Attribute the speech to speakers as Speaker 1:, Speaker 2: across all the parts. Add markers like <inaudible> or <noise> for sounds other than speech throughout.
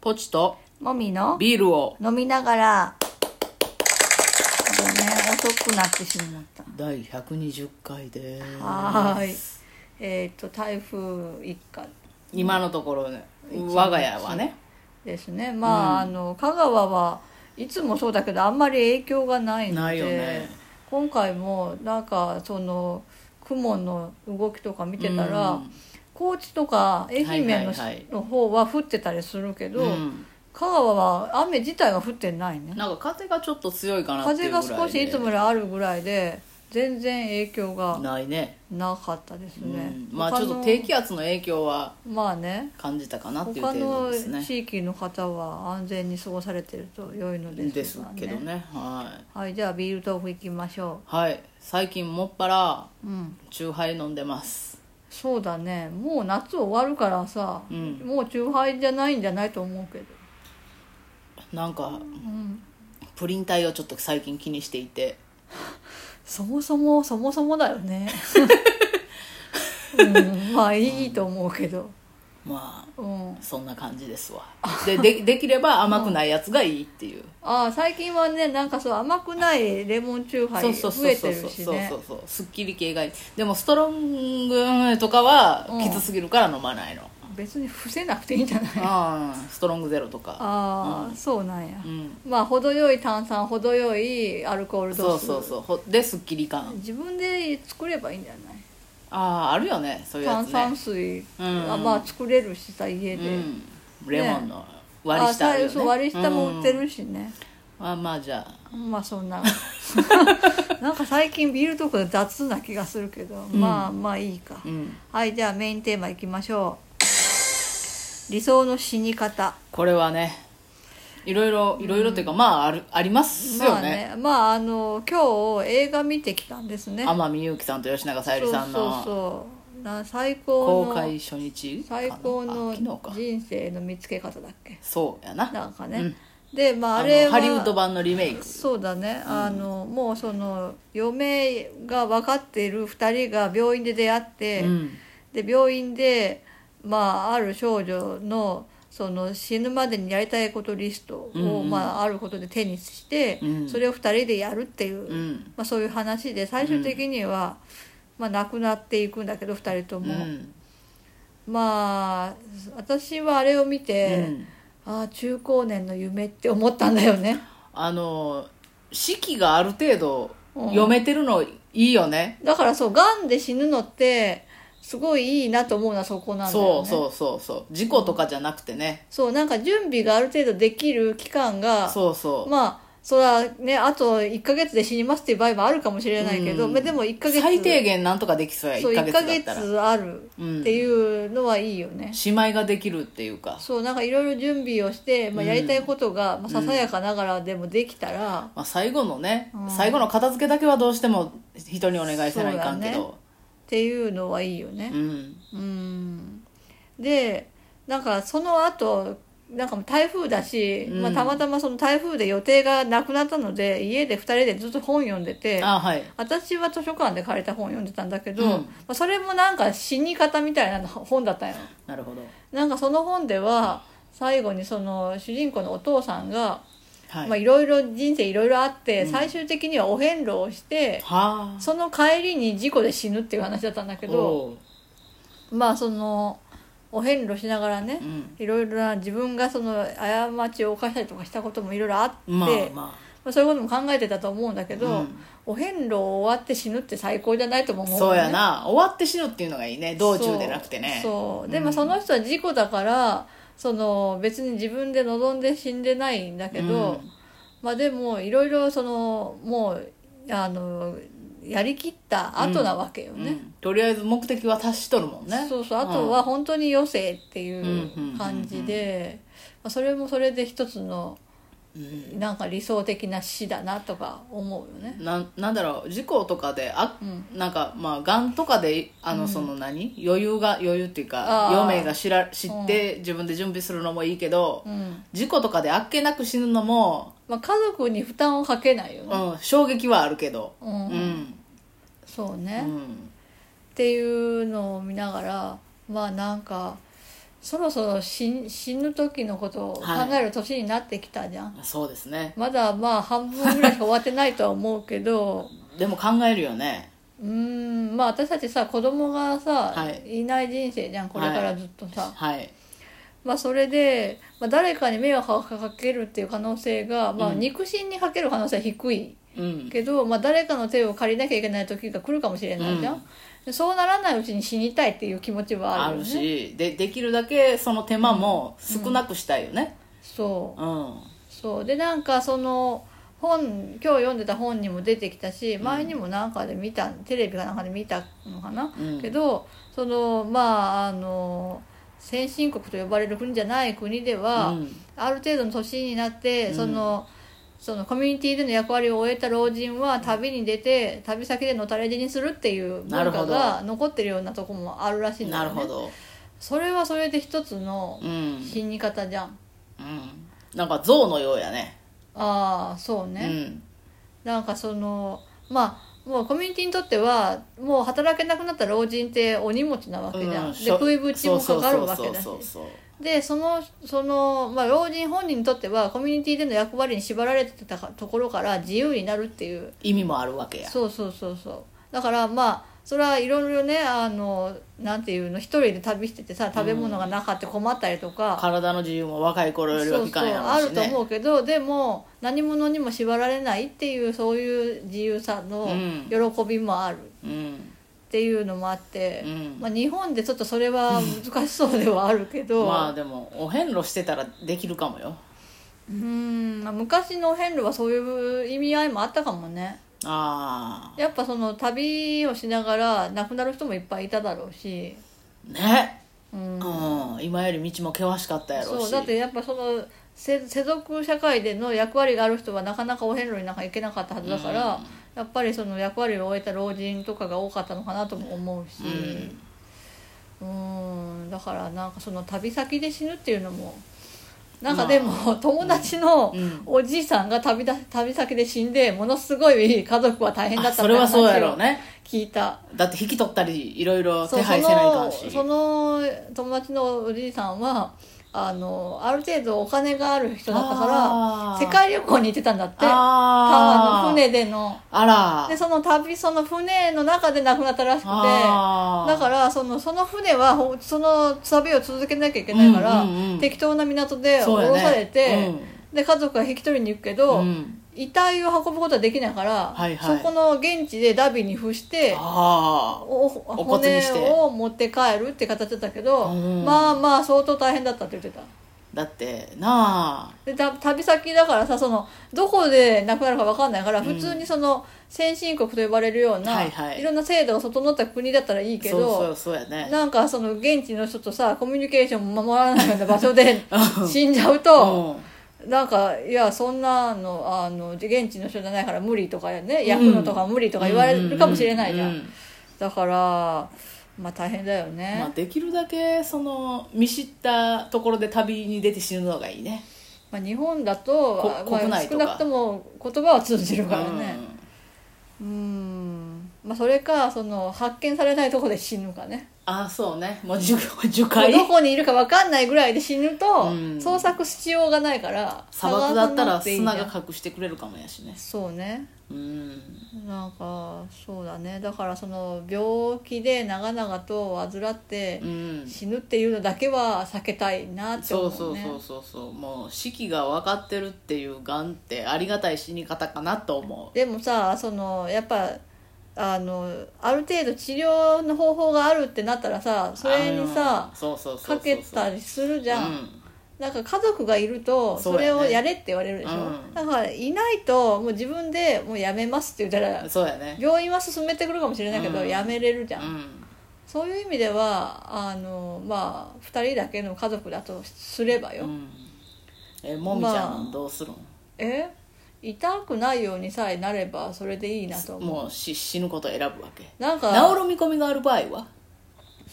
Speaker 1: ポチと
Speaker 2: もみの
Speaker 1: ビールを
Speaker 2: 飲みながらごめん遅くなってしまった
Speaker 1: 第120回で
Speaker 2: はーいえっ、と台風一過
Speaker 1: 今のところね我が家はね
Speaker 2: ですねまあ,、あの香川はいつもそうだけどあんまり影響がないので
Speaker 1: ないよね
Speaker 2: 今回もなんかその雲の動きとか見てたら、
Speaker 1: うん
Speaker 2: 高知とか愛媛の,、
Speaker 1: はいはいはい
Speaker 2: の方は降ってたりするけど、
Speaker 1: うん
Speaker 2: 香川は雨自体は降ってないね
Speaker 1: なんか風がちょっと強いかなっていう
Speaker 2: 風
Speaker 1: ぐら
Speaker 2: が
Speaker 1: いで
Speaker 2: 少しいつもよりあるぐらいで全然影響が
Speaker 1: ないね、
Speaker 2: なかったです
Speaker 1: う
Speaker 2: ね、
Speaker 1: んまあちょっと
Speaker 2: 他の
Speaker 1: 低気圧の影響は
Speaker 2: まあね
Speaker 1: 感じたかなっていう
Speaker 2: 他
Speaker 1: 程度
Speaker 2: の
Speaker 1: ですね
Speaker 2: 地域の方は安全に過ごされてると良いのですが、ね、
Speaker 1: ですけどねはい
Speaker 2: はいじゃあビール豆腐いきましょ
Speaker 1: はい最近もっぱら
Speaker 2: ううん
Speaker 1: チューハイ飲んでます
Speaker 2: そうだねもう夏終わるからさ、
Speaker 1: うん
Speaker 2: もうチューハイじゃないんじゃないと思うけど
Speaker 1: なんか
Speaker 2: うん
Speaker 1: プリン体をちょっと最近気にしていて
Speaker 2: そもそもそもそもだよ
Speaker 1: <laughs>
Speaker 2: ね、うん、まあいいと思うけど
Speaker 1: まあ
Speaker 2: うん
Speaker 1: そんな感じですわででできれば甘くないやつがいいっていう、
Speaker 2: ああ最近はねなんかそう甘くないレモンチューハ
Speaker 1: そう
Speaker 2: イ
Speaker 1: そうそう
Speaker 2: 増え
Speaker 1: そ
Speaker 2: て
Speaker 1: う
Speaker 2: るし
Speaker 1: そう
Speaker 2: ね
Speaker 1: そうそうすっきり系がいいでもストロングとかは
Speaker 2: うん
Speaker 1: きつすぎるから飲まないの、
Speaker 2: 別に伏せなくていいんじゃないあ
Speaker 1: ああストロングゼロとか
Speaker 2: あ、そうなんや、
Speaker 1: うん
Speaker 2: まあ程よい炭酸程よいアルコール
Speaker 1: そ
Speaker 2: 度
Speaker 1: う
Speaker 2: 数
Speaker 1: そうそうほでスッキリ感
Speaker 2: 自分で作ればいいんじゃない
Speaker 1: あああるよねそういうや
Speaker 2: 炭
Speaker 1: つね
Speaker 2: 酸水
Speaker 1: うん
Speaker 2: あまあ作れるしさ家で、
Speaker 1: うん、レモンの割り下あるよ、
Speaker 2: あ
Speaker 1: ね、
Speaker 2: そう割り下も売って
Speaker 1: うん
Speaker 2: るしね、
Speaker 1: あまあじゃあ
Speaker 2: まあそんな <laughs> なんか最近ビールとか雑な気がするけど、まあまあいいか、
Speaker 1: うん
Speaker 2: はいじゃあメインテーマいきましょう理想の死に方
Speaker 1: これはねいろいろいろいろっていうか、まああるあります
Speaker 2: ま
Speaker 1: よ
Speaker 2: あ
Speaker 1: ね,、
Speaker 2: ねまああの今日映画見てきたんですね
Speaker 1: 天海祐希さんと吉永小百合
Speaker 2: そう
Speaker 1: さん
Speaker 2: そう
Speaker 1: の
Speaker 2: そうな最高
Speaker 1: 公
Speaker 2: の
Speaker 1: 開初日かな
Speaker 2: 最高
Speaker 1: あ
Speaker 2: の
Speaker 1: 昨日か
Speaker 2: 人生の見つけ方だっけ
Speaker 1: そうやな
Speaker 2: なんかね、
Speaker 1: うん
Speaker 2: でまあ
Speaker 1: あ
Speaker 2: あれ
Speaker 1: の
Speaker 2: は
Speaker 1: ハリウッド版のリメイク
Speaker 2: そうだね、あのもうその嫁が分かっている2人が病院で出会って、
Speaker 1: うん
Speaker 2: で病院で、まあ、ある少女のその死ぬまでにやりたいことリストを、
Speaker 1: うんうん
Speaker 2: まあ、あることで手にして、
Speaker 1: うん
Speaker 2: それを2人でやるっていう、
Speaker 1: うん
Speaker 2: まあ、そういう話で最終的には、まあ、亡くなっていくんだけど2人と
Speaker 1: う
Speaker 2: も、
Speaker 1: ん
Speaker 2: まあ私はあれを見て、
Speaker 1: うん
Speaker 2: ああ中高年の夢って思ったんだよね。
Speaker 1: あの四季がある程度
Speaker 2: うん
Speaker 1: 読めてるのいいよね、
Speaker 2: だからそう癌で死ぬのってすごいいいなと思うのはそこなんだよね
Speaker 1: そうそうそうそう事故とかじゃなくてね、
Speaker 2: そうなんか準備がある程度できる期間が
Speaker 1: そうそう、
Speaker 2: まあそれはねあと1ヶ月で死にますっていう場合もあるかもしれないけど、
Speaker 1: うん
Speaker 2: まあ、でも1ヶ月
Speaker 1: 最低限なんとかできそうや
Speaker 2: そう
Speaker 1: 1
Speaker 2: 1ヶ
Speaker 1: ヶ月だったら
Speaker 2: 月あるっていうのはいいよね、
Speaker 1: しまいができるっていうか、
Speaker 2: そうなんかいろいろ準備をして、まあ、やりたいことが、まあ、ささやかながらでもできたら、
Speaker 1: まあ、最後のね、
Speaker 2: うん
Speaker 1: 最後の片付けだけはどうしても人にお願いせないかんけど
Speaker 2: っていうのはいいよね
Speaker 1: う,、ん
Speaker 2: うんでなんかその後なんかもう台風だし、
Speaker 1: うん
Speaker 2: まあ、たまたまその台風で予定がなくなったので家で2人でずっと本読んでて
Speaker 1: あはい
Speaker 2: 私は図書館で借りた本読んでたんだけど、
Speaker 1: うん
Speaker 2: まあ、それもなんか死に方みたいなの本だったよ
Speaker 1: なるほど
Speaker 2: なんかその本では最後にその主人公のお父さんが
Speaker 1: はい、
Speaker 2: まあいろいろ人生いろいろあって最終的にはお遍路をして、
Speaker 1: はあ
Speaker 2: その帰りに事故で死ぬっていう話だったんだけど。
Speaker 1: おう
Speaker 2: まあそのお遍路しながらね
Speaker 1: うん
Speaker 2: いろいろな自分がその過ちを犯したりとかしたこともいろいろあって、
Speaker 1: ま
Speaker 2: ま
Speaker 1: あ
Speaker 2: あ
Speaker 1: ま
Speaker 2: そういうことも考えてたと思うんだけど、
Speaker 1: うん
Speaker 2: お遍路終わって死ぬって最高じゃないとも
Speaker 1: あ
Speaker 2: 思う、
Speaker 1: そうやな終わって死ぬっていうのがいいね道中でなくてね
Speaker 2: そうそうで
Speaker 1: うん
Speaker 2: もその人は事故だからその別に自分で望んで死んでないんだけど、
Speaker 1: うん
Speaker 2: まあでもいろいろそのもうあのやりきった後なわけよね、
Speaker 1: うんとりあえず目的は達しとるもんね
Speaker 2: そうそうあとは本当に余生っていううん感じで、まあ、それもそれで一つの
Speaker 1: うん
Speaker 2: なんか理想的な死だなとか思うよね。
Speaker 1: なんなんだろう事故とかであ、
Speaker 2: うん
Speaker 1: なんかまあがんとかであの、その何余裕が余裕っていうか
Speaker 2: あー
Speaker 1: 余命が知ら知って自分で準備するのもいいけど、
Speaker 2: うん
Speaker 1: 事故とかであっけなく死ぬのも、
Speaker 2: まあ、家族に負担をかけないよ
Speaker 1: う
Speaker 2: ね。
Speaker 1: ん衝撃はあるけど
Speaker 2: う
Speaker 1: うんん、うん
Speaker 2: そうね、っていうのを見ながらまあなんかそろそろ死死ぬ時のことを考える年になってきたじゃん、
Speaker 1: そうですね
Speaker 2: まだまあ半分ぐらいしか終わってないとは思うけ
Speaker 1: <laughs>
Speaker 2: ど
Speaker 1: でも考えるよね
Speaker 2: うーんまあ私たちさ子供がさ、、
Speaker 1: はい
Speaker 2: ない人生じゃんこれからずっとさ、
Speaker 1: はい
Speaker 2: まあそれで、まあ、誰かに迷惑をかけるっていう可能性が、まあ、
Speaker 1: うん
Speaker 2: 肉親にかける可能性は低い
Speaker 1: うん
Speaker 2: けど、まあ、誰かの手を借りなきゃいけない時が来るかもしれないじゃん、
Speaker 1: う
Speaker 2: でそうならないうちに死にたいっていう気持ちはあ
Speaker 1: あ
Speaker 2: るよ
Speaker 1: る
Speaker 2: ね
Speaker 1: しでできるだけその手間も少なくしたいよね
Speaker 2: そう
Speaker 1: うん
Speaker 2: そうでなんかその本今日読んでた本にも出てきたし前にもなんかで見たテレビかなんかで見たのかな、
Speaker 1: うん
Speaker 2: けどそのまああの先進国と呼ばれる国じゃない国では、
Speaker 1: うん
Speaker 2: ある程度の年になって、
Speaker 1: うん
Speaker 2: そのそのコミュニティでの役割を終えた老人は旅に出て旅先でのたれ死にするっていう
Speaker 1: なる
Speaker 2: 文
Speaker 1: ほ
Speaker 2: 化
Speaker 1: ど
Speaker 2: が残ってるようなとこもあるらしいんだ
Speaker 1: な
Speaker 2: よ
Speaker 1: る
Speaker 2: ね
Speaker 1: ほど
Speaker 2: それはそれで一つの
Speaker 1: うん
Speaker 2: 死に方じゃん
Speaker 1: うんなんか象のようやね
Speaker 2: ああそうね、
Speaker 1: うん
Speaker 2: なんかそのまあもうコミュニティにとってはもう働けなくなった老人ってお荷物なわけじゃん、
Speaker 1: うん
Speaker 2: で
Speaker 1: しょ
Speaker 2: 食いぶちもかかるわけだし
Speaker 1: そうそうそうそう
Speaker 2: でそのその、まあ、老人本人にとってはコミュニティでの役割に縛られてたかところから自由になるっていう
Speaker 1: 意味もあるわけや
Speaker 2: そうそうそうそうだからまあそれはいろいろねあのなんていうの一人で旅しててさ食べ物がなかった困ったりとか、
Speaker 1: 体の自由も若い頃よりは
Speaker 2: そう
Speaker 1: 期
Speaker 2: そう
Speaker 1: 間や
Speaker 2: あ
Speaker 1: ろうし
Speaker 2: ると
Speaker 1: ね
Speaker 2: 思うけどでも何者にも縛られないっていうそういう自由さの
Speaker 1: うん
Speaker 2: 喜びもあるっ
Speaker 1: うん
Speaker 2: ていうのもあって
Speaker 1: う、ん
Speaker 2: まあ、日本でちょっとそれは難しそうではあるけど、
Speaker 1: まあでもお遍路してたらできるかもよ
Speaker 2: うんまあ昔の遍路はそういう意味合いもあったかもね
Speaker 1: あ
Speaker 2: やっぱその旅をしながら亡くなる人もいっぱいいただろうし、
Speaker 1: あね
Speaker 2: うん
Speaker 1: うん今より道も険しかったやろうし
Speaker 2: そうだってやっぱその世世俗社会での役割がある人はなかなかお遍路になんか行けなかったはずだから、
Speaker 1: うん
Speaker 2: やっぱりその役割を終えた老人とかが多かったのかなとも思うしうんだからなんかその旅先で死ぬっていうのもなんかでも、友達の
Speaker 1: うん
Speaker 2: おじいさんが旅だ旅先で死んでものすごい家族は大変
Speaker 1: あ
Speaker 2: だった
Speaker 1: それはそうやろう
Speaker 2: ね
Speaker 1: ね
Speaker 2: 聞いた。
Speaker 1: だって引き取ったりいろいろ
Speaker 2: そ
Speaker 1: 手
Speaker 2: うそ
Speaker 1: 配せないかん
Speaker 2: の
Speaker 1: し
Speaker 2: その友達のおじいさんはあのある程度お金がある人だったから
Speaker 1: あー
Speaker 2: 世界旅行に行ってたんだって
Speaker 1: あ
Speaker 2: 川の
Speaker 1: ー
Speaker 2: 船での
Speaker 1: あら
Speaker 2: でその旅その船の中で亡くなったらしくてだ
Speaker 1: あー
Speaker 2: からそのその船はほその旅を続けなきゃいけないから、
Speaker 1: うんうんうん
Speaker 2: 適当な港で降
Speaker 1: そうやね
Speaker 2: ろされて、で家族が引き取りに行くけ
Speaker 1: うん
Speaker 2: ど、
Speaker 1: うん
Speaker 2: 遺体を運ぶことはできないから、
Speaker 1: はいはい
Speaker 2: そこの現地でダビに付して
Speaker 1: あ
Speaker 2: お
Speaker 1: お骨
Speaker 2: 骨
Speaker 1: にして
Speaker 2: を持って帰るって形だったけど、
Speaker 1: うん
Speaker 2: まあまあ相当大変だったって言ってた
Speaker 1: ーだってなあ
Speaker 2: でた旅先だからさそのどこで亡くなるか分かんないから
Speaker 1: ん
Speaker 2: 普通にその先進国と呼ばれるような、
Speaker 1: はい
Speaker 2: い
Speaker 1: はい
Speaker 2: ろんな制度が整った国だったらいいけ
Speaker 1: そ
Speaker 2: ど
Speaker 1: うそうそうやね
Speaker 2: なんかその現地の人とさコミュニケーションも守らないような場所
Speaker 1: <laughs>
Speaker 2: で死んじゃうと、
Speaker 1: うん
Speaker 2: なんかいやそんなのあの現地の人じゃないから無理とかね
Speaker 1: ん
Speaker 2: 焼くのとか無理とか言われるかもしれないじゃん、
Speaker 1: ううう
Speaker 2: だからまあ大変だよね、
Speaker 1: まあ、できるだけその見知ったところで旅に出て死ぬのがいいね
Speaker 2: まあ、日本だと
Speaker 1: こ
Speaker 2: まあ
Speaker 1: 国内と
Speaker 2: 少
Speaker 1: か
Speaker 2: なくとも言葉は通じるからねうんまあ、それかその発見されないとこで死ぬかね
Speaker 1: ああそうねもう樹樹海
Speaker 2: どこにいるか分かんないぐらいで死ぬと
Speaker 1: うん
Speaker 2: 捜索しようがないから
Speaker 1: 砂漠だったら
Speaker 2: 探さなくていいじゃ
Speaker 1: 砂
Speaker 2: ん
Speaker 1: が隠してくれるかもやしね
Speaker 2: そうね
Speaker 1: うん
Speaker 2: なんかそうだねだからその病気で長々と患って
Speaker 1: うん
Speaker 2: 死ぬっていうのだけは避けたいなって
Speaker 1: そ
Speaker 2: 思う
Speaker 1: う
Speaker 2: ね
Speaker 1: そうそうそうそうもう四季が分かってるっていうがんってありがたい死に方かなと思
Speaker 2: でもさそのやっぱあのある程度治療の方法があるってなったらさ
Speaker 1: う
Speaker 2: それにさ
Speaker 1: あーそうそうそうそう
Speaker 2: かけたりするじゃん、
Speaker 1: うん
Speaker 2: なんか家族がいると
Speaker 1: そうや
Speaker 2: そ
Speaker 1: ね
Speaker 2: れをやれって言われるでしょ、
Speaker 1: うん
Speaker 2: だからいないともう自分でもうやめますって言ったら
Speaker 1: そうやね
Speaker 2: 病院は進めてくるかもしれないけど、
Speaker 1: うん
Speaker 2: やめれるじ
Speaker 1: う
Speaker 2: ゃん、
Speaker 1: ん
Speaker 2: そういう意味ではあのまあ2人だけの家族だとすればよ、
Speaker 1: うんえもみちゃ
Speaker 2: ま
Speaker 1: ん
Speaker 2: あ
Speaker 1: どうするん、
Speaker 2: え痛くないようにさえなればそれでいいなと思う
Speaker 1: もうし死ぬことを選ぶわけ
Speaker 2: なんか
Speaker 1: 治る見込みがある場合は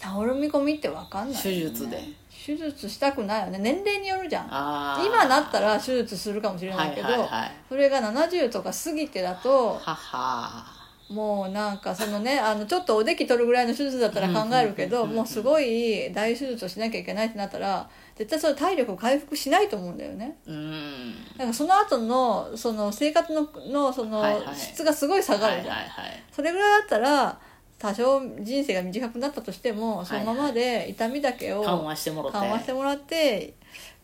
Speaker 2: 治る見込みって分かんないよね、
Speaker 1: 手術で
Speaker 2: 手術したくないよね年齢によるじゃん
Speaker 1: ああ
Speaker 2: 今なったら手術するかもしれないけど、
Speaker 1: はいはいはい
Speaker 2: それが70とか過ぎてだと
Speaker 1: はは
Speaker 2: もうなんかそのねあのちょっとおでき取るぐらいの手術だったら考えるけ
Speaker 1: うん
Speaker 2: ど
Speaker 1: うんうんうん
Speaker 2: もうすごい大手術をしなきゃいけないってなったら絶対その体力回復しないと思うんだよね
Speaker 1: うん
Speaker 2: なんかその後のその生活ののその
Speaker 1: はいはい
Speaker 2: 質がすごい下がるじゃん、
Speaker 1: はいはいはい
Speaker 2: それぐらいだったら多少人生が短くなったとしても
Speaker 1: い
Speaker 2: そのままで痛みだけを
Speaker 1: 緩和してもろて
Speaker 2: 緩和してもらって、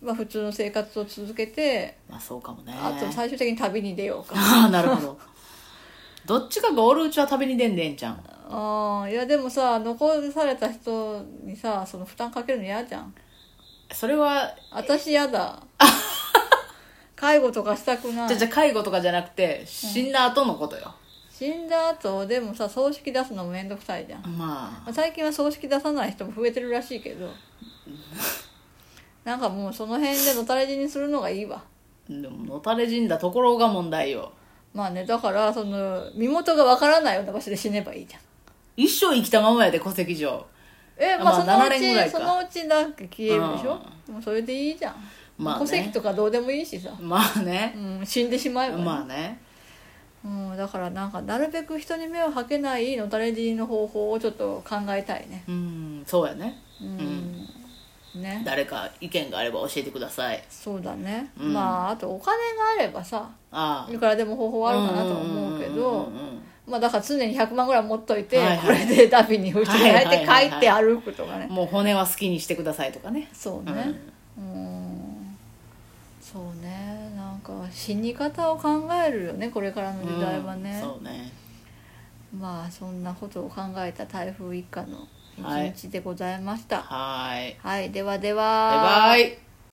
Speaker 2: まあ、普通の生活を続けて
Speaker 1: まあそうかもね
Speaker 2: あと最終的に旅に出よ
Speaker 1: <laughs>
Speaker 2: うか
Speaker 1: ああなるほどどっちかがおるうちは旅に出んでええんちゃん
Speaker 2: あーいやでもさ残された人にさその負担かけるの嫌じゃん
Speaker 1: それは
Speaker 2: 私
Speaker 1: <laughs>
Speaker 2: 嫌だ介護とかしたくない
Speaker 1: じゃあじゃあ介護とかじゃなくて死んだ後のことよ、
Speaker 2: 死んだ後でもさ葬式出すのも面倒くさいじゃん
Speaker 1: まあ
Speaker 2: 最近は葬式出さない人も増えてるらしいけどなんかもうその辺でのたれ死にするのがいいわ
Speaker 1: でものたれ死んだところが問題よ
Speaker 2: まあねだからその身元がわからないような場所で死ねばいいじゃん
Speaker 1: 一生生きたままやで戸籍上
Speaker 2: えまあそ
Speaker 1: まあ
Speaker 2: のう
Speaker 1: 7年ぐら
Speaker 2: ち
Speaker 1: いか
Speaker 2: そのうちなんか消えるでしょもうそれでいいじゃん、
Speaker 1: まあね
Speaker 2: 戸籍とかどうでもいいしさ、
Speaker 1: まあね
Speaker 2: うん、死んでしまえばね、
Speaker 1: まあね
Speaker 2: うん、だからなんかなるべく人に目をはけないのたれ死にの方法をちょっと考えたいね
Speaker 1: うんそうやね
Speaker 2: うん、ね
Speaker 1: 誰か意見があれば教えてください
Speaker 2: そうだね、
Speaker 1: うん
Speaker 2: まああとお金があればさ
Speaker 1: ああ
Speaker 2: いくらでも方法はあるかなとは思うけど
Speaker 1: んうんうんうん
Speaker 2: まあだから常に100万ぐらい持っといて、
Speaker 1: はいはい
Speaker 2: これで旅に打ち替え
Speaker 1: は
Speaker 2: て
Speaker 1: いはいはいはい
Speaker 2: 帰って歩くとかね、
Speaker 1: もう骨は好きにしてくださいとかね
Speaker 2: そうねうんそうねなんか死に方を考えるよねこれからの時代は
Speaker 1: うん
Speaker 2: ね、
Speaker 1: そうね
Speaker 2: まあそんなことを考えた台風一過の
Speaker 1: はい
Speaker 2: 一日でございました、
Speaker 1: はーい
Speaker 2: はい、ではでは
Speaker 1: バイバイ